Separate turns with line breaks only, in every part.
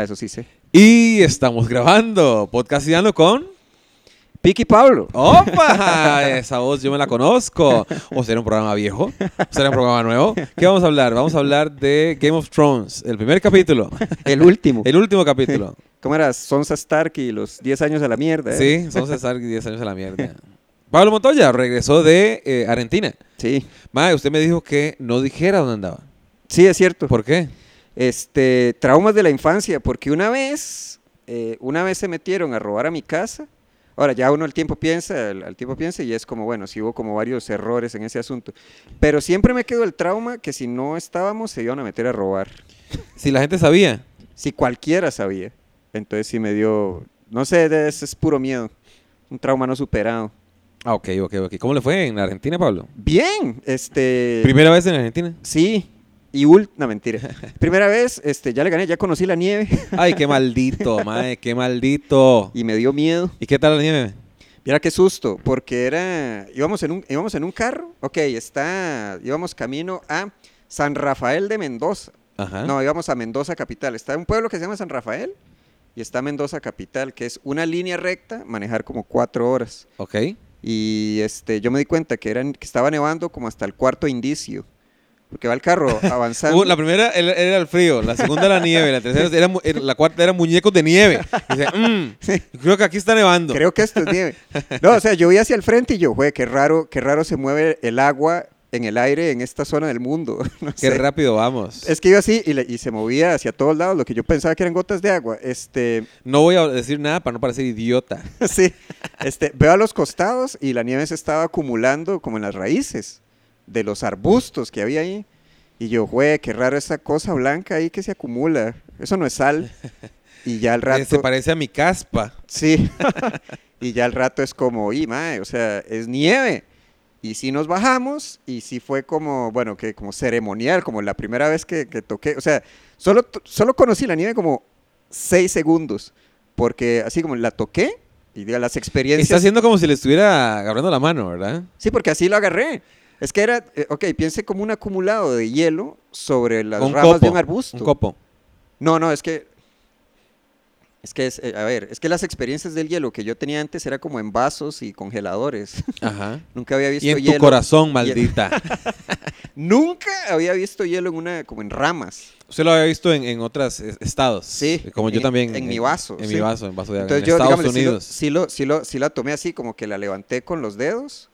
Eso sí sé.
Y estamos grabando Podcastiano con...
Piqui Pablo.
¡Opa! Esa voz yo me la conozco. ¿O será un programa viejo? ¿O será un programa nuevo? ¿Qué vamos a hablar? Vamos a hablar de Game of Thrones, el primer capítulo.
El último.
El último capítulo.
¿Cómo era? Sonsa Stark y los 10 años a la mierda. ¿eh?
Sí, son César 10 años a la mierda. Pablo Montoya regresó de eh, Argentina.
Sí.
Mae, usted me dijo que no dijera dónde andaba.
Sí, es cierto.
¿Por qué?
Este, traumas de la infancia, porque una vez, eh, una vez se metieron a robar a mi casa. Ahora, ya uno al tiempo piensa, al, al tiempo piensa y es como, bueno, sí hubo como varios errores en ese asunto. Pero siempre me quedó el trauma que si no estábamos se iban a meter a robar.
Si la gente sabía.
Si cualquiera sabía. Entonces sí me dio, no sé, de- es, es puro miedo. Un trauma no superado.
Ah, ok, ok, ok. ¿Cómo le fue en Argentina, Pablo?
Bien, este...
Primera vez en Argentina.
Sí, y ul... No, mentira. Primera vez, este, ya le gané, ya conocí la nieve
Ay, qué maldito, mae, qué maldito.
y me dio miedo.
¿Y qué tal la nieve?
Mira qué susto, porque era... Íbamos en un, íbamos en un carro, ok, está... Íbamos camino a San Rafael de Mendoza.
Ajá.
No, íbamos a Mendoza Capital. Está un pueblo que se llama San Rafael y está Mendoza Capital, que es una línea recta, manejar como cuatro horas.
Ok.
Y este, yo me di cuenta que, eran, que estaba nevando como hasta el cuarto indicio. Porque va el carro avanzando.
Hubo- la primera era- era el frío, la segunda la nieve, la tercera era, mu- era- la cuarta era muñecos de nieve. Dice, "Mm, creo que aquí está nevando.
Creo que esto es nieve. No, o sea, yo vi hacia el frente y yo, güey, qué raro, qué raro se mueve el agua en el aire en esta zona del mundo. No
Qué
sé.
rápido vamos.
Es que iba así y, le- y se movía hacia todos lados, lo que yo pensaba que eran gotas de agua. Este,
No voy a decir nada para no parecer idiota. Eh,
sí, este, veo a los costados y la nieve se estaba acumulando como en las raíces de los arbustos que había ahí. Y yo, güey, qué raro esa cosa blanca ahí que se acumula. Eso no es sal. Y ya al
Eh, Se
rato...
parece a mi caspa.
Sí. y ya al rato es como, y mae, o sea, es nieve. Y sí nos bajamos y sí fue como, bueno, que como ceremonial, como la primera vez que, que toqué. O sea, solo, to- solo conocí la nieve como seis segundos, porque así como la toqué y de las
Está
experiencias.
haciendo como si le estuviera agarrando la mano, ¿verdad?
Sí, porque así lo agarré. Es que era, eh, ok, piense como un acumulado de hielo sobre las
Un
ramas de
copo,
un arbusto.
Un copo.
No, no, es que. Es que, es, eh, a ver, es que las experiencias del hielo que yo tenía antes era como en vasos y congeladores.
Ajá.
Nunca había visto
Y en
hielo.
tu corazón, maldita.
Nunca había visto hielo en una, como en ramas.
Usted lo había visto en, en otros eh, estados.
Sí,
Como yo
en-
también.
en mi vaso,
En
sí.
mi vaso, en vaso de agua.
Entonces
en
yo,
Estados
digámosle, sí lo-
Unidos.
Sí, lo, sí, lo, sí la tomé así, como que la levanté con los dedos.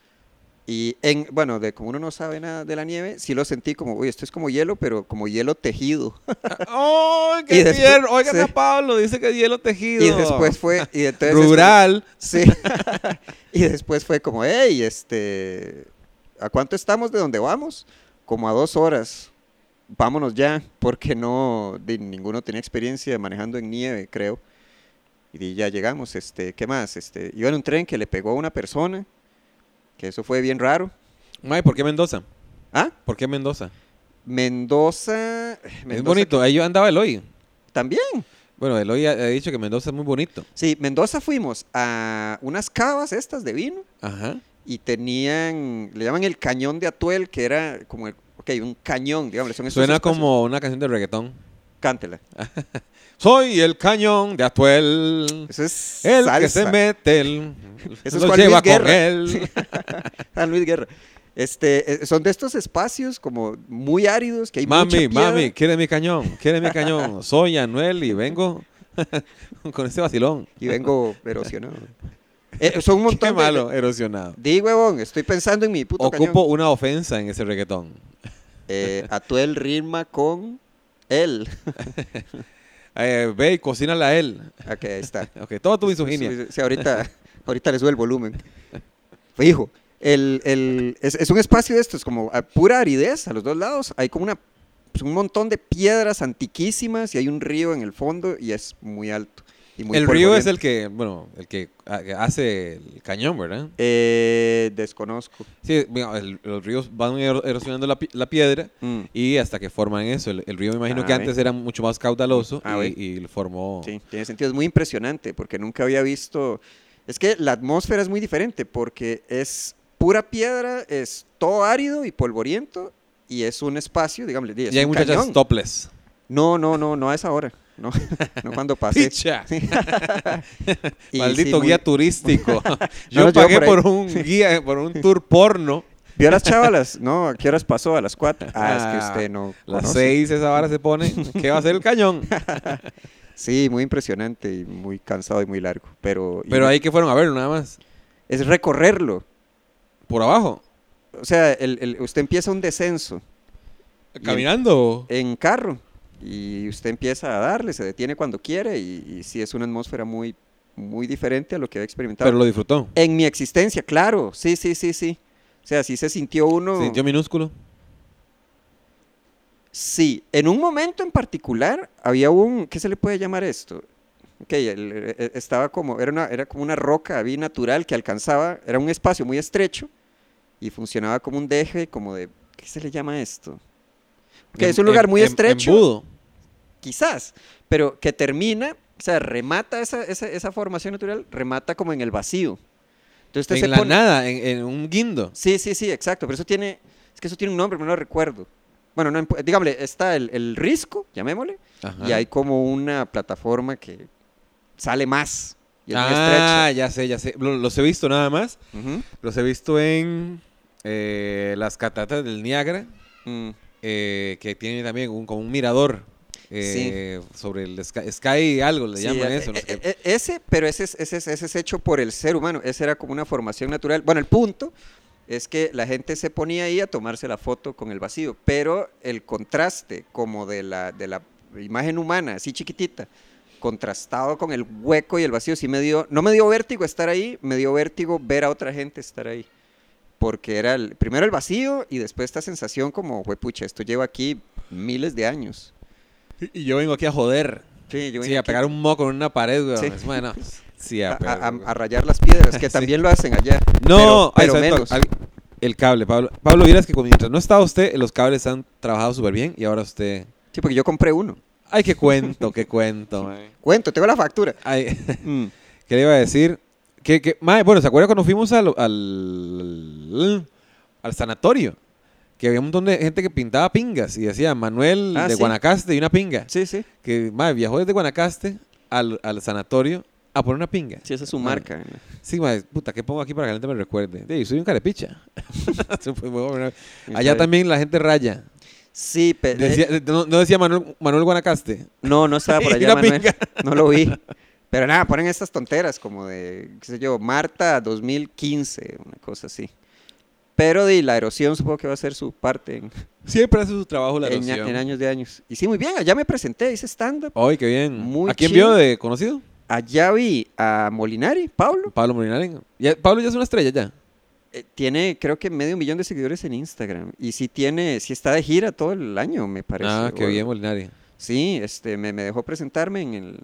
Y en, bueno, de como uno no sabe nada de la nieve, sí lo sentí como, uy, esto es como hielo, pero como hielo tejido.
¡Oh,
Y
qué
despu-
tierno! Oigan
sí.
a Pablo, dice que es hielo tejido.
Y después fue, y entonces después-
Rural.
Sí. y después fue como, hey, este, ¿a cuánto estamos de donde vamos? Como a dos horas. Vámonos ya, porque no, di, ninguno tenía experiencia manejando en nieve, creo. Y di, ya llegamos, este, ¿qué más? Este, iba en un tren que le pegó a una persona, que eso fue bien raro.
May, ¿por qué Mendoza?
Ah,
¿Por qué Mendoza?
Mendoza,
Es
Mendoza
bonito. Ahí yo andaba Eloy.
también.
Bueno, Eloy ha, ha dicho que Mendoza es muy bonito.
Sí, Mendoza fuimos a unas cavas estas de vino.
Ajá.
y tenían, le llaman el cañón de Atuel, que era como, el- ok, un cañón, digamos, son estos
Suena
espacios-
como una canción de reggaetón.
Cántela.
Soy el cañón de Atuel.
Eso es
El
salsa.
que se mete, el
Eso es
lo
Juan
lleva
Luis
con
Guerra.
él.
Sí. San Luis Guerra. Este, eh, son de estos espacios como muy áridos, que hay mucha
Mami,
piedra.
mami, quiere mi cañón, quiere mi cañón. Soy Anuel y vengo con este vacilón.
Y vengo erosionado. Eh, son un montón
Qué
de-
malo, erosionado.
Di, huevón, estoy pensando en mi puto
Ocupo
cañón.
una ofensa en ese reggaetón.
Eh, Atuel rima con él.
Eh, ve y cocínala a él.
Ok, ahí está.
Ok, toda tu misoginia.
Sí, sí, ahorita, ahorita le sube el volumen. Fijo, el, el- es, es un espacio de estos, como ah, pura aridez a los dos lados. Hay como una, pues, un montón de piedras antiquísimas y hay un río en el fondo y es muy alto. y muy
el río es
polvoriento.
el que, bueno, el que ah, que hace el cañón, ¿verdad?
Eh, desconozco.
Sí, mira, el- los ríos van ero- erosionando la, pi- la piedra
Mm,
y hasta que forman eso. El, el río me imagino
Ah,
que
ve.
antes era mucho más caudaloso
Ah, ve.
y, y lo formó...
sí, tiene sentido. Es muy impresionante porque nunca había visto... Es que la atmósfera es muy diferente porque es pura piedra, es todo árido y polvoriento y es un espacio, digamos,
Y hay muchachas topless.
No, no, no, no a esa hora. No, no cuando pasé.
¡Picha!
Y
Maldito
sí, muy-
guía turístico.
No,
yo
yo
pagué
por ahí.
por, un guía, por un tour porno.
¿Vio a las chavalas? No, ¿a qué horas pasó? A las 4. Ah, es que
Ah,
usted no
Las
conoce.
seis esa vara se pone. ¿Qué va a ser el cañón?
Sí, muy impresionante y muy cansado y muy largo. Pero, y
Pero ahí que fueron a verlo nada más.
es recorrerlo.
Por abajo.
O sea, el- el- usted empieza un descenso
Caminando.
en carro y usted empieza a darle, se detiene cuando quiere y, y sí es una atmósfera muy, muy diferente a lo que había experimentado.
Pero lo disfrutó.
En mi existencia, claro. Sí, sí, sí, sí. O sea, sí se sintió uno.
Se sintió minúsculo.
Sí, en un momento en particular había un, ¿qué se le puede llamar esto? Ok, el- e- e- estaba como, era, una, era como una roca ahí natural que alcanzaba, era un espacio muy estrecho y funcionaba como un deje, como de, ¿qué se le llama esto? Que
En-
es un lugar
en-
muy
en-
estrecho,
Em, embudo.
quizás, pero que termina, o sea, remata esa, esa, esa formación natural, remata como en el vacío. Entonces usted
en
se
la
pone-
nada, en, en un guindo.
Sí, sí, sí, exacto. Pero eso tiene. Es que eso tiene un nombre, pero no lo recuerdo. Bueno, no, impo- digámosle, está el, el risco, llamémosle,
Ajá.
y hay como una plataforma que sale más. Y es muy
ah, ya sé, ya sé. Lo- Los he visto nada más.
estrecha. Ujú.
Los he visto en eh, las cataratas del Niágara,
Mm,
eh, que tiene también un, como un mirador eh, sobre el Sky, Sky algo, le
sí,
llaman
eh,
eso. no sé
eh,
qué.
eh, ese, pero ese es, ese, es- ese es hecho por el ser humano. Ese era como una formación natural. Bueno, el punto es que la gente se ponía ahí a tomarse la foto con el vacío, pero el contraste como de la, de la imagen humana, así chiquitita, contrastado con el hueco y el vacío, sí me dio, no me dio vértigo estar ahí, me dio vértigo ver a otra gente estar ahí. Porque era el, primero el vacío y después esta sensación como, pucha, esto lleva aquí miles de años.
Y y yo vengo aquí a joder.
Sí, yo
Sí,
vine
a
aquí
pegar un moco en una pared, güey.
Sí.
Es bueno. Sí,
a,
a, pegar,
a- a-
güey.
a rayar las piedras, que
Sí.
también lo hacen allá.
No,
pero,
ay,
pero
¿sabes cuál?
menos.
Al- el cable, Pablo. Pablo, vieras que cuando- mientras no estaba usted, los cables han trabajado súper bien y ahora usted.
Sí, porque yo compré uno.
Ay, qué cuento, qué cuento. mae.
Cuento, tengo la factura.
Ay, ¿Qué le iba a decir? Que, que, mae, bueno, ¿se acuerda cuando fuimos al, al, al sanatorio? Que había un montón de gente que pintaba pingas y decía Manuel
Ah,
de
sí.
Guanacaste y una pinga.
Sí, sí.
Que mae, viajó desde Guanacaste al, al sanatorio a poner una pinga.
Sí, esa es su
Mae,
marca.
Sí, mae, puta, ¿qué pongo aquí para que la gente me recuerde? Yo soy un carepicha. Se fue muy bueno.
Está
Allá
bien.
también la gente raya.
Sí, pero...
Decía- no, no decía Manuel, Manuel Guanacaste.
No, no estaba por
Y
allá,
la
Manuel.
pinga.
No lo vi. Pero nada, ponen estas tonteras como de, qué sé yo, Marta 2015, una cosa así. Pero de la erosión supongo que va a ser su parte en,
Siempre hace su trabajo la
en-
loción.
en años de años. Y sí, muy bien, allá me presenté, hice stand-up.
Ay, qué bien.
Muy
¿A quién
chido.
vio de conocido?
Allá vi a Molinari, Pablo.
Pablo Molinari. Ya- Pablo ya es una estrella ya.
Eh, tiene creo que medio millón de seguidores en Instagram y sí tiene sí está de gira todo el año me parece
ah, qué
o-
bien Molinari.
sí este me, me dejó presentarme en el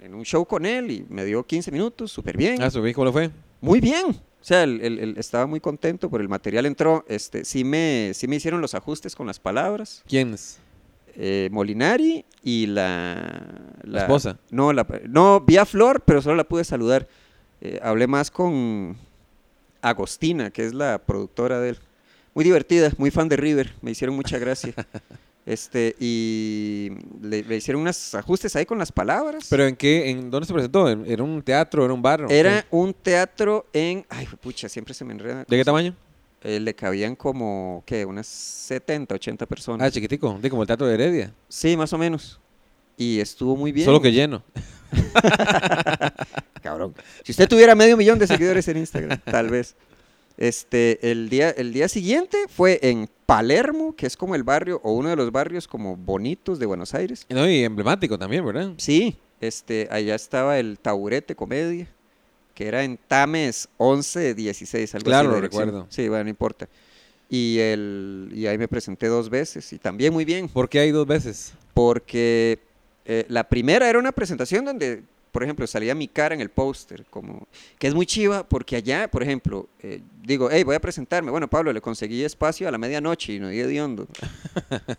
en un show con él y me dio 15 minutos súper bien
Ah, su hijo, ¿cómo le fue?
muy bien o sea el- el- el- estaba muy contento por el material entró este sí me sí me hicieron los ajustes con las palabras
¿Quién es?
eh, Molinari y la,
La esposa.
No, la, no, vi a Flor, pero solo la pude saludar. Eh, hablé más con Agostina, que es la productora de él. Muy divertida, muy fan de River, me hicieron mucha gracia. este, y le, le hicieron unos ajustes ahí con las palabras.
¿Pero en qué? ¿En dónde se presentó? ¿En- ¿Era un teatro? ¿Era un bar? ¿O qué?
Era un teatro en. Ay, pucha, siempre se me enreda.
¿De qué tamaño?
Eh, le cabían como, ¿qué? Unas 70, 80 personas.
Ah, chiquitico. De como el teatro de Heredia.
sí, más o menos. Y estuvo muy bien.
Solo que lleno.
Cabrón. Si usted tuviera medio millón de seguidores en Instagram, tal vez. Este, el día, el día siguiente fue en Palermo, que es como el barrio, o uno de los barrios como bonitos de Buenos Aires.
No, y emblemático también, ¿verdad?
Sí, este, allá estaba el Taburete Comedia, que era en Tames 1116, algo así.
Claro,
la
lo
dirección.
recuerdo.
Sí, bueno, no importa. Y, el, y ahí me presenté dos veces, y también muy bien
¿Por qué hay dos veces?
porque eh, la primera era una presentación donde, por ejemplo, salía mi cara en el póster, como que es muy chiva, porque allá, por ejemplo, eh, digo, hey, voy a presentarme. Bueno, Pablo, le conseguí espacio a la medianoche y no di de hondo.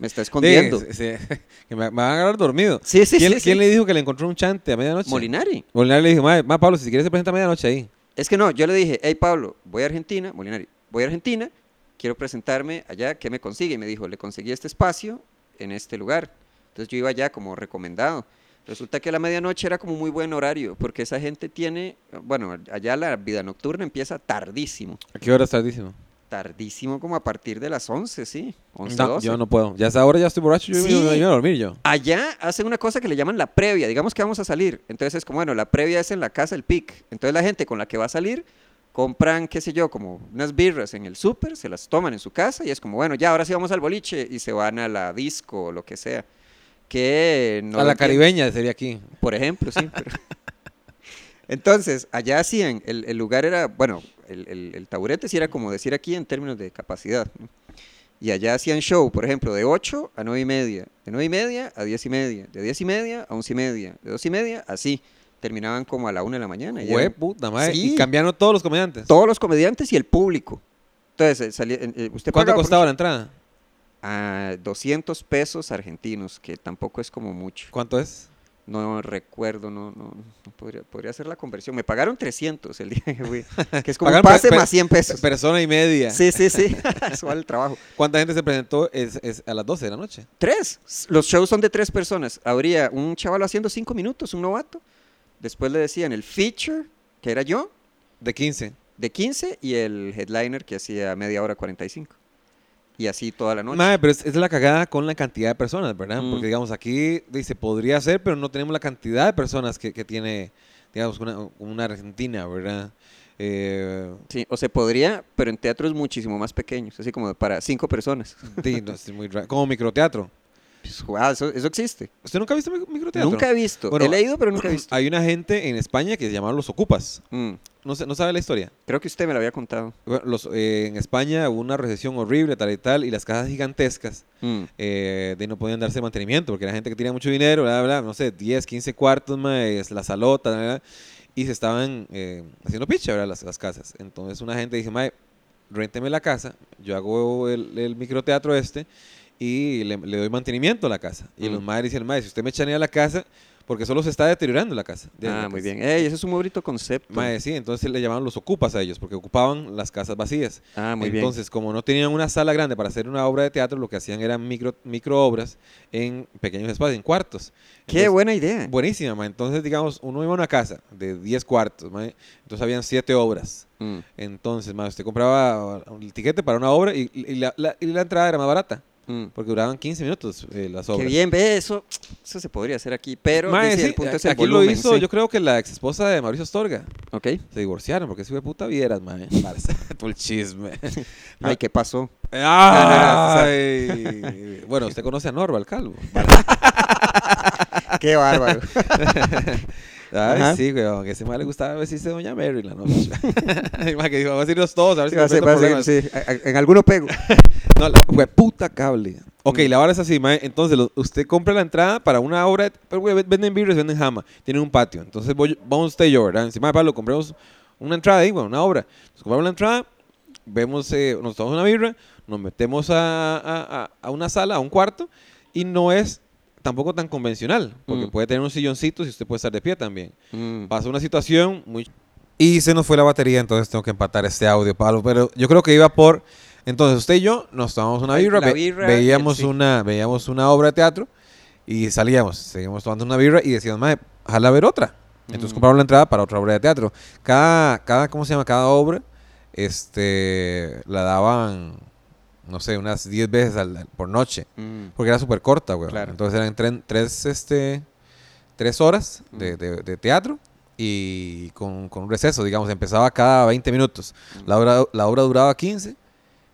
Me está escondiendo.
Sí, se- se- que me, me van a agarrar dormido.
Sí, sí,
¿Quién,
sí, sí.
quién le dijo que le encontró un chante a medianoche?
Molinari.
Molinari le dijo, "Mae, mae, Pablo, si quieres se presenta a medianoche ahí.
Es que no, yo le dije, hey, Pablo, voy a Argentina, Molinari, voy a Argentina, quiero presentarme allá, ¿qué me consigue? Y me dijo, le conseguí este espacio en este lugar. Entonces yo iba allá como recomendado. Resulta que la medianoche era como muy buen horario, porque esa gente tiene, bueno, allá la vida nocturna empieza tardísimo,
¿A qué hora es tardísimo?
tardísimo como a partir de las 11, sí, 11,
No,
12.
yo no puedo. Ya a esa hora ya estoy borracho, yo,
Sí.
yo- yo me voy a dormir yo.
Allá hacen una cosa que le llaman la previa. Digamos que vamos a salir. Entonces es como, bueno, la previa es en la casa del PIC. Entonces la gente con la que va a salir compran, qué sé yo, como unas birras en el súper, se las toman en su casa y es como, bueno, ya ahora sí vamos al boliche y se van a la disco o lo que sea. Que no
a
lo
la
entiendo.
caribeña sería aquí.
Por ejemplo, sí. pero- Entonces, allá hacían, el, el lugar era, bueno, el, el- el taburete sí era como decir aquí en términos de capacidad. ¿no? Y allá hacían show, por ejemplo, de 8 a 9 y media, de 9 y media a 10 y media, de 10 y media a 11 y media, de 12 y media, así. Terminaban como a la 1 de la mañana. y
Güey,
eran
puta madre.
Sí.
Y cambiaron todos los comediantes.
todos los comediantes y el público. Entonces, eh, salía- eh, eh, usted
¿Cuánto
pagaba por-
costaba la entrada?
Ah, 200 pesos argentinos, que tampoco es como mucho.
¿Cuánto es?
No recuerdo, no, no, no podría, podría hacer la conversión. Me pagaron 300 el día que fui, que es como un
Pagaron pe-
pase
pe-
más 100 pesos.
Persona y media.
Sí, sí, sí, eso vale el trabajo.
¿Cuánta gente se presentó es, es a las 12 de la noche?
Tres, los shows son de tres personas. Habría un chaval haciendo cinco minutos, un novato. Después le decían el feature, que era yo,
De 15.
de 15, y el headliner, que hacía media hora 45. Y así toda la noche.
Madre, pero es, es la cagada con la cantidad de personas, ¿verdad?
Mm.
Porque, digamos, aquí dice, podría ser, pero no tenemos la cantidad de personas que, que tiene, digamos, una, una Argentina, ¿verdad? Eh,
Sí, o se podría, pero en teatros muchísimo más pequeños, así como para cinco personas.
sí, no, es muy raro. Como microteatro.
Pues, wow, eso, eso existe.
¿Usted nunca ha visto mic- microteatro?
Nunca he visto.
Bueno,
he leído, pero nunca he visto.
Hay una gente en España que se llama Los Ocupas.
Mm.
No, sé- no sabe la historia.
Creo que usted me lo había contado.
Bueno, los, eh, en España hubo una recesión horrible, tal y tal, y las casas gigantescas eh, de no podían darse mantenimiento, porque era gente que tenía mucho dinero, bla, bla, no sé, 10, 15 cuartos, mae, es la salota, bla, bla, y se estaban eh, haciendo picha, ¿verdad? Las, las casas. Entonces una gente dice, mae, rénteme la casa, yo hago el, el microteatro este y le, le doy mantenimiento a la casa. Y los
Mm.
madres dicen, mae, si usted me chanea la casa, porque solo se está deteriorando la casa. de-
Ah,
la
muy
casa".
bien. Ey, ese es un muy bonito concepto.
Mae, sí, entonces le llamaban los ocupas a ellos, porque ocupaban las casas vacías.
Ah, muy bien.
Entonces, como no tenían una sala grande para hacer una obra de teatro, lo que hacían eran micro, micro obras en pequeños espacios, en cuartos.
Qué
Entonces,
buena idea.
Buenísima, mae. Entonces, digamos, uno iba a una casa de 10 cuartos, mae. entonces habían 7 obras.
Mm.
Entonces, mae, usted compraba el tiquete para una obra y, y la, la- y la entrada era más barata,
Mm.
porque duraban 15 minutos eh, las
Qué
obras.
bien, ve eso. Eso se podría hacer aquí, pero
Mae,
dice,
sí,
el punto
a-
es el
aquí
volumen.
lo hizo,
sí.
yo creo que la ex esposa de Mauricio Astorga.
Ok.
Se divorciaron porque ese hijo de puta vieras, mae. Todo el chisme. No,
Ay, ¿qué pasó? Ah.
Ay. bueno, usted conoce a Norva, el calvo.
Qué bárbaro.
Ay,
Ajá.
sí, weón. Que ese más le gustaba vestirse de Doña Mary en la noche. El mae que dijo, vamos a irnos todos a ver
Sí,
si
va a
nos
ser- va a ser-
problemas.
sí, a- a- en alguno pego.
No, la hue- puta cable. Ok, la vara es así, mae. Entonces, lo- usted compra la entrada para una obra. de- Pero, güey, venden birras, venden jama. Tienen un patio. Entonces, voy, vamos usted y yo, ¿verdad? Encima, Pablo, compramos una entrada ahí, bueno, una obra. Nos compramos la entrada, vemos, eh, nos tomamos una birra, nos metemos a, a- a- a una sala, a un cuarto, y no es tampoco tan convencional, porque
Mm.
puede tener un silloncito si usted puede estar de pie también.
Mm.
Pasó una situación muy... Y se nos fue la batería, entonces tengo que empatar este audio, Pablo. Pero yo creo que iba por... Entonces usted y yo nos tomamos una
Ay,
birra,
la
ve-
birra,
veíamos,
el- sí.
una, veíamos una obra de teatro y salíamos, seguimos tomando una birra y decíamos, madre, ojalá ver otra. Entonces
Mm.
compramos la entrada para otra obra de teatro. Cada, cada ¿cómo se llama? Cada obra este, la daban, no sé, unas 10 veces al- al- por noche.
Mm.
Porque era súper corta, güey.
Claro.
Entonces eran tren- tres, este, tres horas de, de- de teatro y con, con un receso, digamos. Empezaba cada 20 minutos. La obra, la obra duraba 15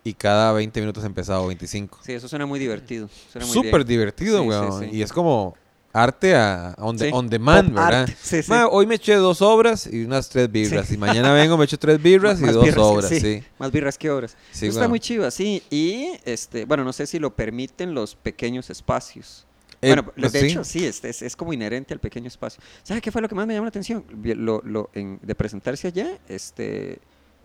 y cada 20 minutos empezaba 25.
Sí, eso suena muy divertido. Suena muy
Súper
bien.
divertido,
Sí,
güey.
sí, sí.
Y es como arte a, on, de-
Sí.
on demand,
Pop
¿verdad?
art. Sí, sí.
Ma, hoy me eché dos obras y unas tres birras. Y mañana vengo, me echo tres birras y
Más
dos
birras,
obras, sí.
Más birras que obras. Eso
Sí,
está
weón.
muy chido, sí. Y, este, bueno, no sé si lo permiten los pequeños espacios.
Eh,
bueno, lo-
pues
de
sí.
hecho, sí, es, es- es como inherente al pequeño espacio. ¿Sabes qué fue lo que más me llamó la atención? Vi- Lo, lo- en- de presentarse allá, este,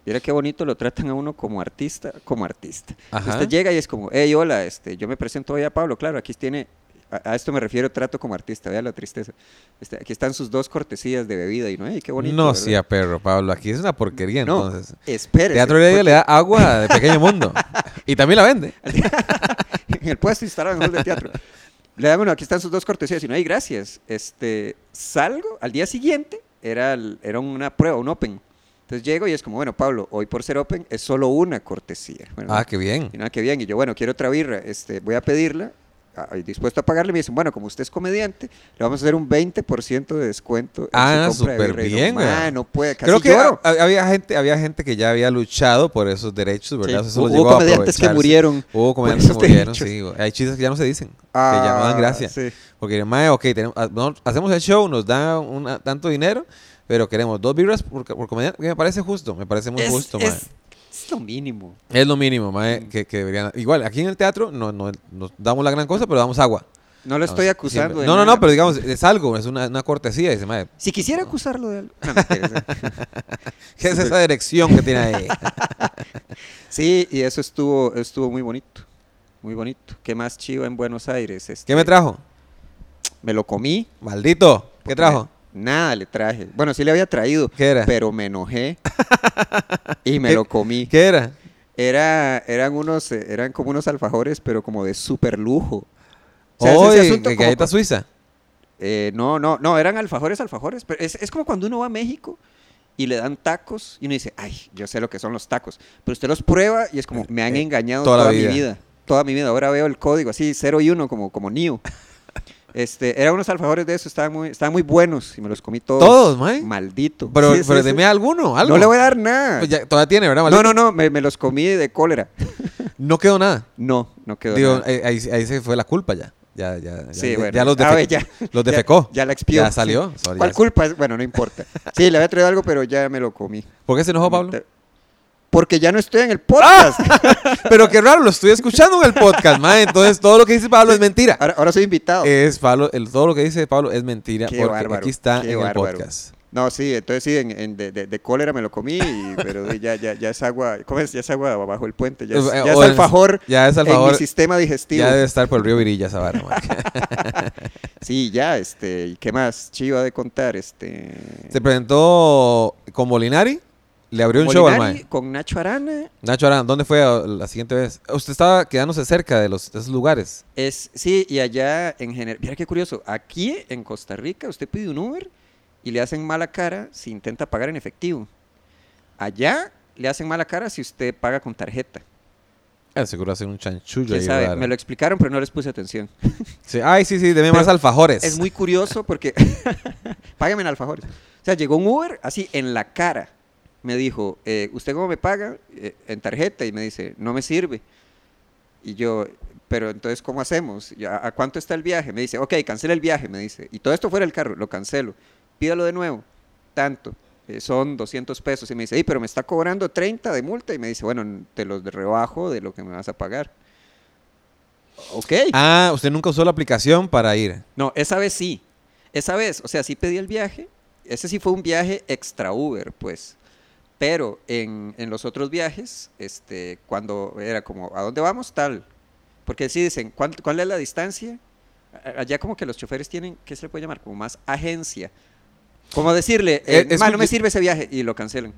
mira qué bonito lo tratan a uno como artista, como artista.
Ajá.
Usted llega y es como, hey, hola, este, yo me presento hoy a Pablo, claro, aquí tiene... A, a esto me refiero, trato como artista, vea la tristeza. Este, aquí están sus dos cortesías de bebida y no, hey, qué bonito.
no,
¿verdad?
sí, a perro, Pablo. Aquí es una porquería,
No,
entonces.
espérese,
Teatro Heredia
porque-
le da agua de pequeño mundo. y también la vende.
en el puesto instalaron el hall de teatro. Le da, bueno, aquí están sus dos cortesías. Y no, hay gracias. Este, salgo, al día siguiente era, el- era una prueba, un open. Entonces llego y es como, bueno, Pablo, hoy por ser open es solo una cortesía. Bueno,
Ah, qué bien.
y nada, qué bien. Y yo, bueno, quiero otra birra, este, voy a pedirla, a- dispuesto a pagarle. Me dicen, bueno, como usted es comediante, le vamos a hacer un 20% de descuento. en su compra
Ah,
de
súper
birra. Y yo,
bien,
"Ma,
weón.
no puede, casi
Creo que
lloro".
ha- había gente, había gente que ya había luchado por esos derechos, ¿verdad?
Sí,
Eso
hubo
los llegó a
comediantes que
aprovecharse.
murieron. por
Hubo comediantes que
esos
murieron,
derechos.
sí. güey. Hay chistes que ya no se dicen, que ya no
Ah,
dan gracia.
sí.
Porque, mae, ok, tenemos- ah, no- hacemos el show, nos dan una- tanto dinero, pero queremos dos birras por, por comediante, que me parece justo, me parece muy
es,
justo, mae.
es- es lo mínimo.
Es lo mínimo, mae, que, que deberían. Igual, aquí en el teatro no, no, nos damos la gran cosa, pero damos agua.
No lo estoy
Damos-
acusando.
siempre.
de
No, no,
nada.
no, pero digamos, es algo, es una, una cortesía. Dice, mae,
Si quisiera acusarlo de algo. No, mentiras.
¿qué es
Sí,
esa dirección que tiene ahí?
sí, y eso estuvo, estuvo muy bonito. Muy bonito. ¿Qué más chiva en Buenos Aires? Este,
¿Qué me trajo?
me lo comí.
Maldito, ¿qué
porque
trajo?
me- Nada le traje. Bueno, sí le había traído.
¿Qué era?
Pero me enojé y me
¿Qué-
lo comí.
¿Qué era?
Era, eran unos, eh, eran como unos alfajores, pero como de super lujo.
Oye, galleta suiza.
Eh, no, no, no, eran alfajores, alfajores. Pero es, es como cuando uno va a México y le dan tacos y uno dice, ay, yo sé lo que son los tacos. Pero usted los prueba y es como, me han
Eh,
engañado
toda
toda,
la vida.
mi vida. Toda mi vida. Ahora veo el código así, 0 y 1, como, como Neo. Este, eran unos alfajores de esos, estaban muy, estaban muy buenos y me los comí todos.
Todos, mae.
Maldito.
Pero,
Sí, sí,
pero
sí.
deme alguno, algo.
No le voy a dar nada.
Pues ya, todavía tiene, ¿verdad?
no, no,
maldito?
no, me, me los comí de cólera.
No quedó nada.
No, no quedó
Digo,
nada.
eh, ahí, ahí se fue la culpa ya. Ya, ya, ya,
Sí,
ya-
bueno.
ya los,
A
defe-
ver, ya.
los
Ya-
defecó.
Ya la expió.
Ya salió,
Sí.
sorry,
¿Cuál
ya-
culpa? es? Bueno, no importa. Sí, le había traído algo, pero ya me lo comí.
¿Por qué se enojó Pablo? ¡Ah!
Porque ya no estoy en el podcast.
Pero qué raro, lo estoy escuchando en el podcast, mae. Entonces todo lo que dice Pablo es mentira.
Ahora, ahora soy invitado.
Es Pablo, el- todo lo que dice Pablo es mentira
Oh. Qué
Eh, porque
bárbaro,
aquí está
qué
en el
bárbaro.
podcast.
No, sí, entonces sí, en- en- de, de- de cólera me lo comí, y- pero ya, ya, ya es agua, ¿cómo es? Ya es agua abajo el puente, ya es,
Eh,
ya
o
es
en-
alfajor
Ya es
en mi
alfajor.
sistema digestivo.
Ya debe estar por el río Virilla esa vara, mae.
Sí, ya, este, ¿y qué más? Chiva de contar, este...
Se presentó con Molinari, le abrió un show al
Molinari
mae.
Con Nacho Arana,
Nacho Arán, ¿dónde fue a- la siguiente vez? Usted estaba quedándose cerca de, los, de esos lugares.
es, sí, y allá en general, mira qué curioso, aquí en Costa Rica usted pide un Uber y le hacen mala cara si intenta pagar en efectivo. Allá le hacen mala cara si usted paga con tarjeta.
Ah, seguro hacen un chanchullo
¿Quién
ahí.
sabe?
raro.
Me lo explicaron, pero no les puse atención.
Sí, Ay, sí, sí, deme
Pero
más alfajores.
Es muy curioso porque. Págame en alfajores. O sea, llegó un Uber así en la cara. Me dijo, eh, ¿usted cómo me paga? Eh, en tarjeta. Y me dice, no me sirve. Y yo, pero entonces, ¿cómo hacemos? Y, ¿A, a cuánto está el viaje? Me dice, ok, cancela el viaje, me dice. Y todo esto fuera el carro, lo cancelo. Pídalo de nuevo. Tanto. Eh, son 200 pesos. Y me dice, "Ey, pero me está cobrando 30 de multa. Y me dice, bueno, n- te los rebajo de lo que me vas a pagar. Ok.
Ah, usted nunca usó la aplicación para ir.
No, esa vez sí. Esa vez, o sea, sí pedí el viaje. Ese sí fue un viaje extra Uber, pues. Pero en, en los otros viajes, este, cuando era como, ¿a dónde vamos? Tal. Porque sí dicen, ¿cuál, cuál es la distancia? A- a- Allá como que los choferes tienen, ¿qué se le puede llamar? Como más agencia. Como decirle,
Eh,
eh,
es
"Ma,
un-
no me sirve ese viaje y lo cancelan.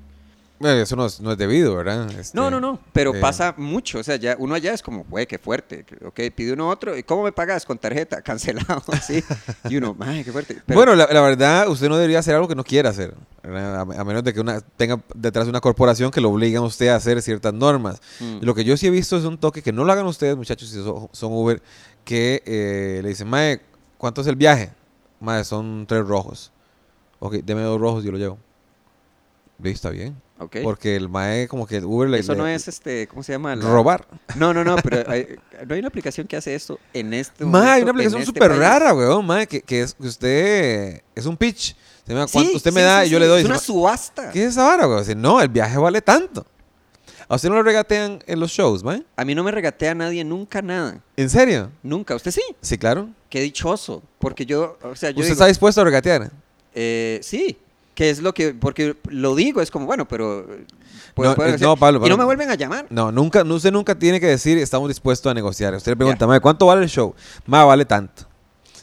Bueno, eso no es, no es debido, ¿verdad? Este,
No, no, no, pero
eh,
pasa mucho. O sea, ya uno allá es como, güey, qué fuerte. que- Ok, pide uno otro. ¿Y cómo me pagas? Con tarjeta, cancelado, así. Y uno, ay, qué fuerte. Pero-
bueno, la, la verdad, usted no debería hacer algo que no quiera hacer. ¿verdad? A, a menos de que una, tenga detrás una corporación que lo obliga a usted a hacer ciertas normas.
Mm.
Lo que yo sí he visto es un toque que no lo hagan ustedes, muchachos, si so- son Uber, que eh, le dicen, Mae, ¿cuánto es el viaje? Mae, son tres rojos. Ok, deme dos rojos, yo lo llevo. Listo, está bien.
Ok.
Porque el Mae, como que el Uber le.
Eso
le-
no es este, ¿cómo se llama? La-
Robar.
No, no, no, pero hay- no hay una aplicación que hace esto en este
Mae, hay
momento,
una aplicación
en este
súper
país.
rara, weón, mae, que, que es que usted. Es un pitch. Se me da
Sí,
cuánto usted me
sí,
da
sí,
y yo
sí,
le doy.
Es
Se
una
me-
subasta.
¿Qué es esa vara, weón? Dice, no, el viaje vale tanto. A usted no lo regatean en los shows, mae.
A mí no me regatea nadie nunca nada.
¿En serio?
Nunca. Usted sí.
Sí, claro.
Qué dichoso. Porque yo, o sea, yo
¿Usted
digo,
está dispuesto a regatear?
eh, sí. Que es lo que, porque lo digo, es como, bueno, pero... eh,
No,
puedo
eh,
hacer-
no, Pablo,
Y no
Pablo.
me vuelven a llamar.
No, nunca, no, usted nunca tiene que decir estamos dispuestos a negociar. Usted le pregunta,
Ya.
mae, ¿cuánto vale el show? Mae, vale tanto.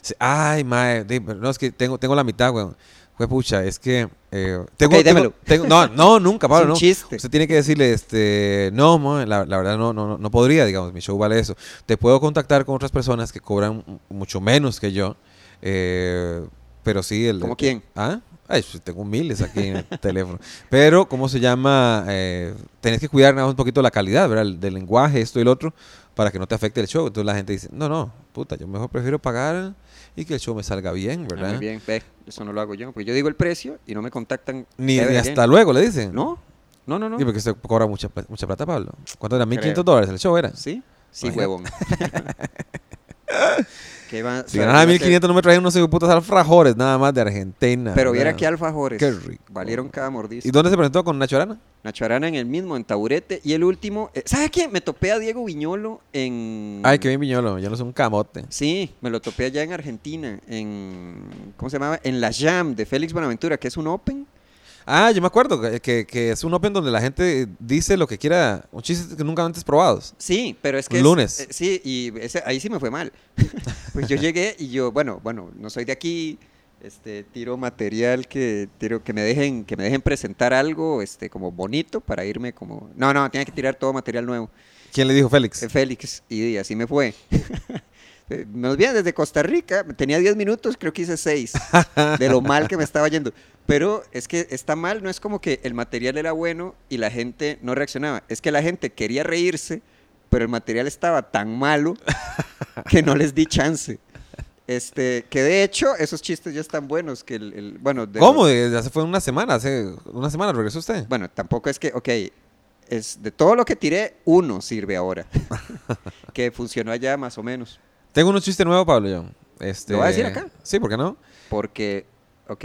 se- Ay, mae, di- pero no, es que tengo, tengo la mitad, weón. Fue pucha, es que. eh, tengo,
Ok,
tengo-
démelo.
tengo- no, no, nunca, Pablo,
Es un
no.
chiste.
Usted tiene que decirle, este, no, mae, la, la verdad no, no, no- no podría, digamos, mi show vale eso. Te puedo contactar con otras personas que cobran m- mucho menos que yo, eh, pero sí. El,
¿Cómo
el-
quién?
¿Ah? Ay, pues, tengo miles aquí en el teléfono. Pero, ¿cómo se llama? Eh, tenés que cuidar nada más un poquito la calidad, ¿verdad? El- Del lenguaje, esto y lo otro, para que no te afecte el show. Entonces la gente dice, no, no, puta, yo mejor prefiero pagar y que el show me salga bien,
Ah,
¿verdad?
muy bien, ve, eso no lo hago yo. Porque yo digo el precio y no me contactan.
Ni,
ever
ni
again.
hasta luego, le dicen.
No, no, no, no.
Y porque se cobra mucha, pla- mucha plata, Pablo. ¿Cuánto era?
Creo.
1.500 dólares el show era.
Pues Sí, sí,
Imagínate.
huevón. ¿Qué va-
Si
sabe,
ganara
van a hacer?
1.500 no me traían unos hijos de putas alfajores nada más de Argentina.
Pero
¿verdad?
viera qué alfajores.
Qué rico.
Valieron cada mordisco.
¿Y dónde se presentó con Nacho Arana?
Nacho Arana en el mismo, en Taburete. Y el último, eh, ¿sabe qué? Me topé a Diego Viñolo en...
Ay, qué bien viñolo, ya no es un camote.
Sí, me lo topé allá en Argentina, en... ¿Cómo se llamaba? En la Jam de Félix Buenaventura, que es un open.
Ah, yo me acuerdo que, que- que es un open donde la gente dice lo que quiera, un chiste que nunca antes probados.
Sí, pero es que...
Un
es-
lunes.
eh, sí, y ese- ahí sí me fue mal. pues yo llegué y yo, bueno, bueno, no soy de aquí, este, tiro material que tiro que me dejen que me dejen presentar algo, este, como bonito para irme como, no, no, tenía que tirar todo material nuevo.
¿Quién le dijo Félix?
Eh, Félix, y así me fue. Eh, me olvidé desde Costa Rica, tenía 10 minutos, creo que hice 6, de lo mal que me estaba yendo. Pero es que está mal, no es como que el material era bueno y la gente no reaccionaba, es que la gente quería reírse, pero el material estaba tan malo que no les di chance. Este, que de hecho esos chistes ya están buenos, que el, el- bueno, de-
¿Cómo? Desde hace fue una semana, hace una semana regresó usted.
bueno, tampoco es que, ok, es de todo lo que tiré, uno sirve ahora, que funcionó allá más o menos.
Tengo unos chistes nuevos, Pablo, yo. Este,
¿Lo va a decir acá?
Sí, ¿por qué no?
Porque, ok,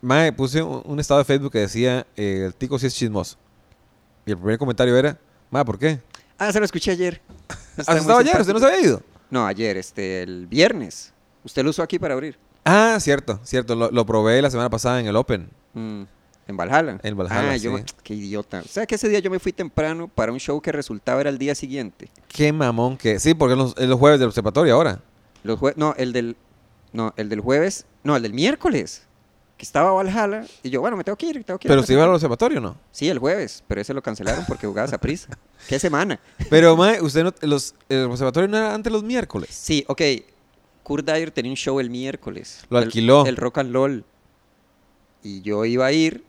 Mae, puse un, un estado de Facebook que decía, eh, el tico sí es chismoso. Y el primer comentario era, mae, ¿por qué?
ah, se lo escuché ayer. Está
¿Has
muy
estado ayer? ¿Usted no se
simpático.
había ido?
No, ayer, este, el viernes. Usted lo usó aquí para abrir.
Ah, cierto, cierto. Lo, lo probé la semana pasada en el Open.
Mm, En Valhalla.
En Valhalla,
Ah, yo me-
sí.
qué idiota. O sea, que ese día yo me fui temprano para un show que resultaba era el día siguiente.
Qué mamón que... Sí, porque es los, es los jueves del observatorio ahora.
Los jue- no, el del, no, el del jueves, no, el del miércoles, que estaba Valhalla. Y yo, bueno, me tengo que ir, tengo que ir.
Pero
a
si iba al
Valhalla.
observatorio, ¿no?
Sí, el jueves, pero ese lo cancelaron porque jugabas a prisa. ¿Qué semana?
Pero, mae, usted no, los, el observatorio no era antes los miércoles.
Sí, ok. Kurt Dyer tenía un show el miércoles.
Lo
El-
alquiló.
El, Rock and Roll. Y yo iba a ir.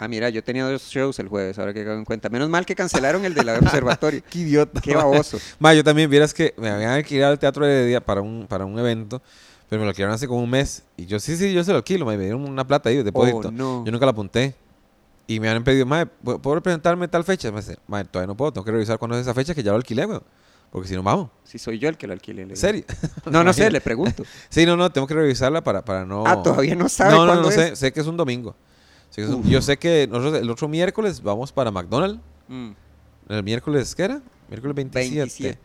Ah, mira, yo tenía dos shows el jueves, ahora que hago en cuenta. Menos mal que cancelaron el del observatorio.
Qué idiota.
Qué baboso.
Ma, yo también, vieras que me habían alquilado el teatro de día para un, para un evento, pero me lo alquilaron hace como un mes. Y yo, sí, sí, yo se lo alquilo, ma, y me dieron una plata ahí de depósito.
Oh, no.
Yo nunca la apunté. Y me han pedido, ma, ¿puedo puedo presentarme tal fecha? Me dice, ma, todavía no puedo, tengo que revisar cuándo es esa fecha que ya lo alquilé, weón. Porque si no, vamos.
Si soy yo el que lo alquilé. le
¿En
digo.
serio?
No, no sé,
Imagínate.
le pregunto.
Sí, no, no, tengo que revisarla para, para no...
Ah, todavía no sabe
No, no,
cuándo
no, sé,
es.
sé que es un domingo. Sé que es un-
Uf.
Yo sé que nosotros el otro miércoles vamos para McDonald's.
Mm,
¿El miércoles qué era? Miércoles 27.
27.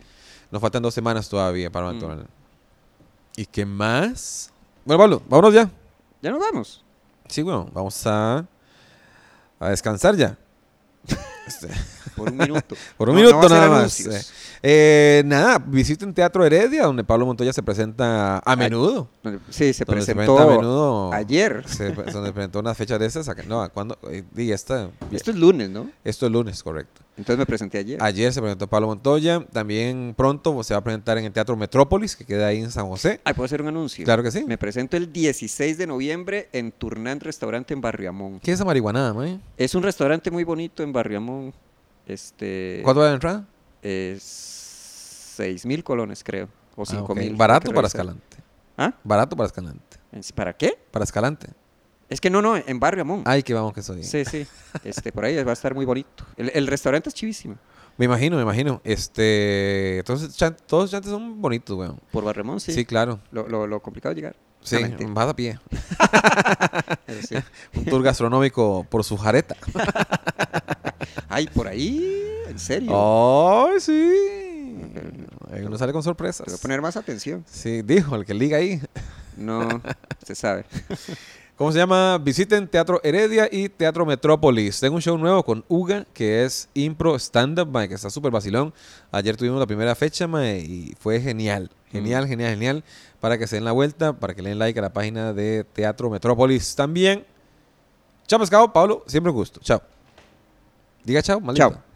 Nos faltan dos semanas todavía para
Mm.
McDonald's. ¿Y qué más? Bueno, Pablo, vámonos ya.
Ya nos vamos.
Sí, bueno, vamos a, a descansar ya. Este,
Por un minuto.
por un
No, no
minuto
va a ser
nada más.
anuncios.
Eh, eh, nada, visiten Teatro Heredia, donde Pablo Montoya se presenta a menudo.
Donde- Sí, se
Donde presenta a
presentó
menudo.
ayer.
Se, pre- donde presentó una fecha de esas. acá- No, ¿a ¿cuándo? Eh, Y esta.
Esto es lunes, ¿no?
Esto es lunes, correcto.
Entonces me presenté ayer.
Ayer se presentó Pablo Montoya. También pronto se va a presentar en el Teatro Metrópolis, que queda ahí en San José.
Ay, ¿puedo hacer un anuncio?
Claro que sí.
Me presento el 16 de noviembre en Turnán Restaurante en Barriamón.
¿Qué es esa marihuanada, mae?
Es un restaurante muy bonito en Barriamón. Este.
¿Cuánto vale la entrada?
Es 6 mil colones, creo. O
Ah,
5
ok.
mil. tengo
Barato
que
para
revisar.
Escalante.
¿Ah?
Barato para Escalante.
¿Es- ¿Para qué?
Para Escalante.
Es que no, no, en Barriamón.
Ay, que vamos que soy.
Mm. Sí, sí. Este, por ahí va a estar muy bonito. El, el restaurante es chivísimo.
Me imagino, me imagino. Este, entonces, chan- todos los chantes son bonitos, weón.
Por Barriamón, sí.
Sí, claro.
Lo, lo, lo complicado es llegar.
Sí,
No, mentira.
vas a pie.
Pero sí.
Un tour gastronómico por su jareta.
Ay, por ahí, en serio.
Oh. ¡Ay, sí! Ahí Uno sale con sorpresas.
Te voy a poner más atención.
Sí, dijo, el que liga ahí.
No, se sabe.
¿Cómo se llama? Visiten Teatro Heredia y Teatro Metrópolis. Tengo un show nuevo con Uga, que es impro stand-up, mae, que está súper vacilón. Ayer tuvimos la primera fecha, mae, y fue genial. Genial, genial, genial. Para que se den la vuelta, para que le den like a la página de Teatro Metrópolis también. Chao, pescado. Pablo, siempre un gusto. Chao. Diga chao, maldita.
Chao.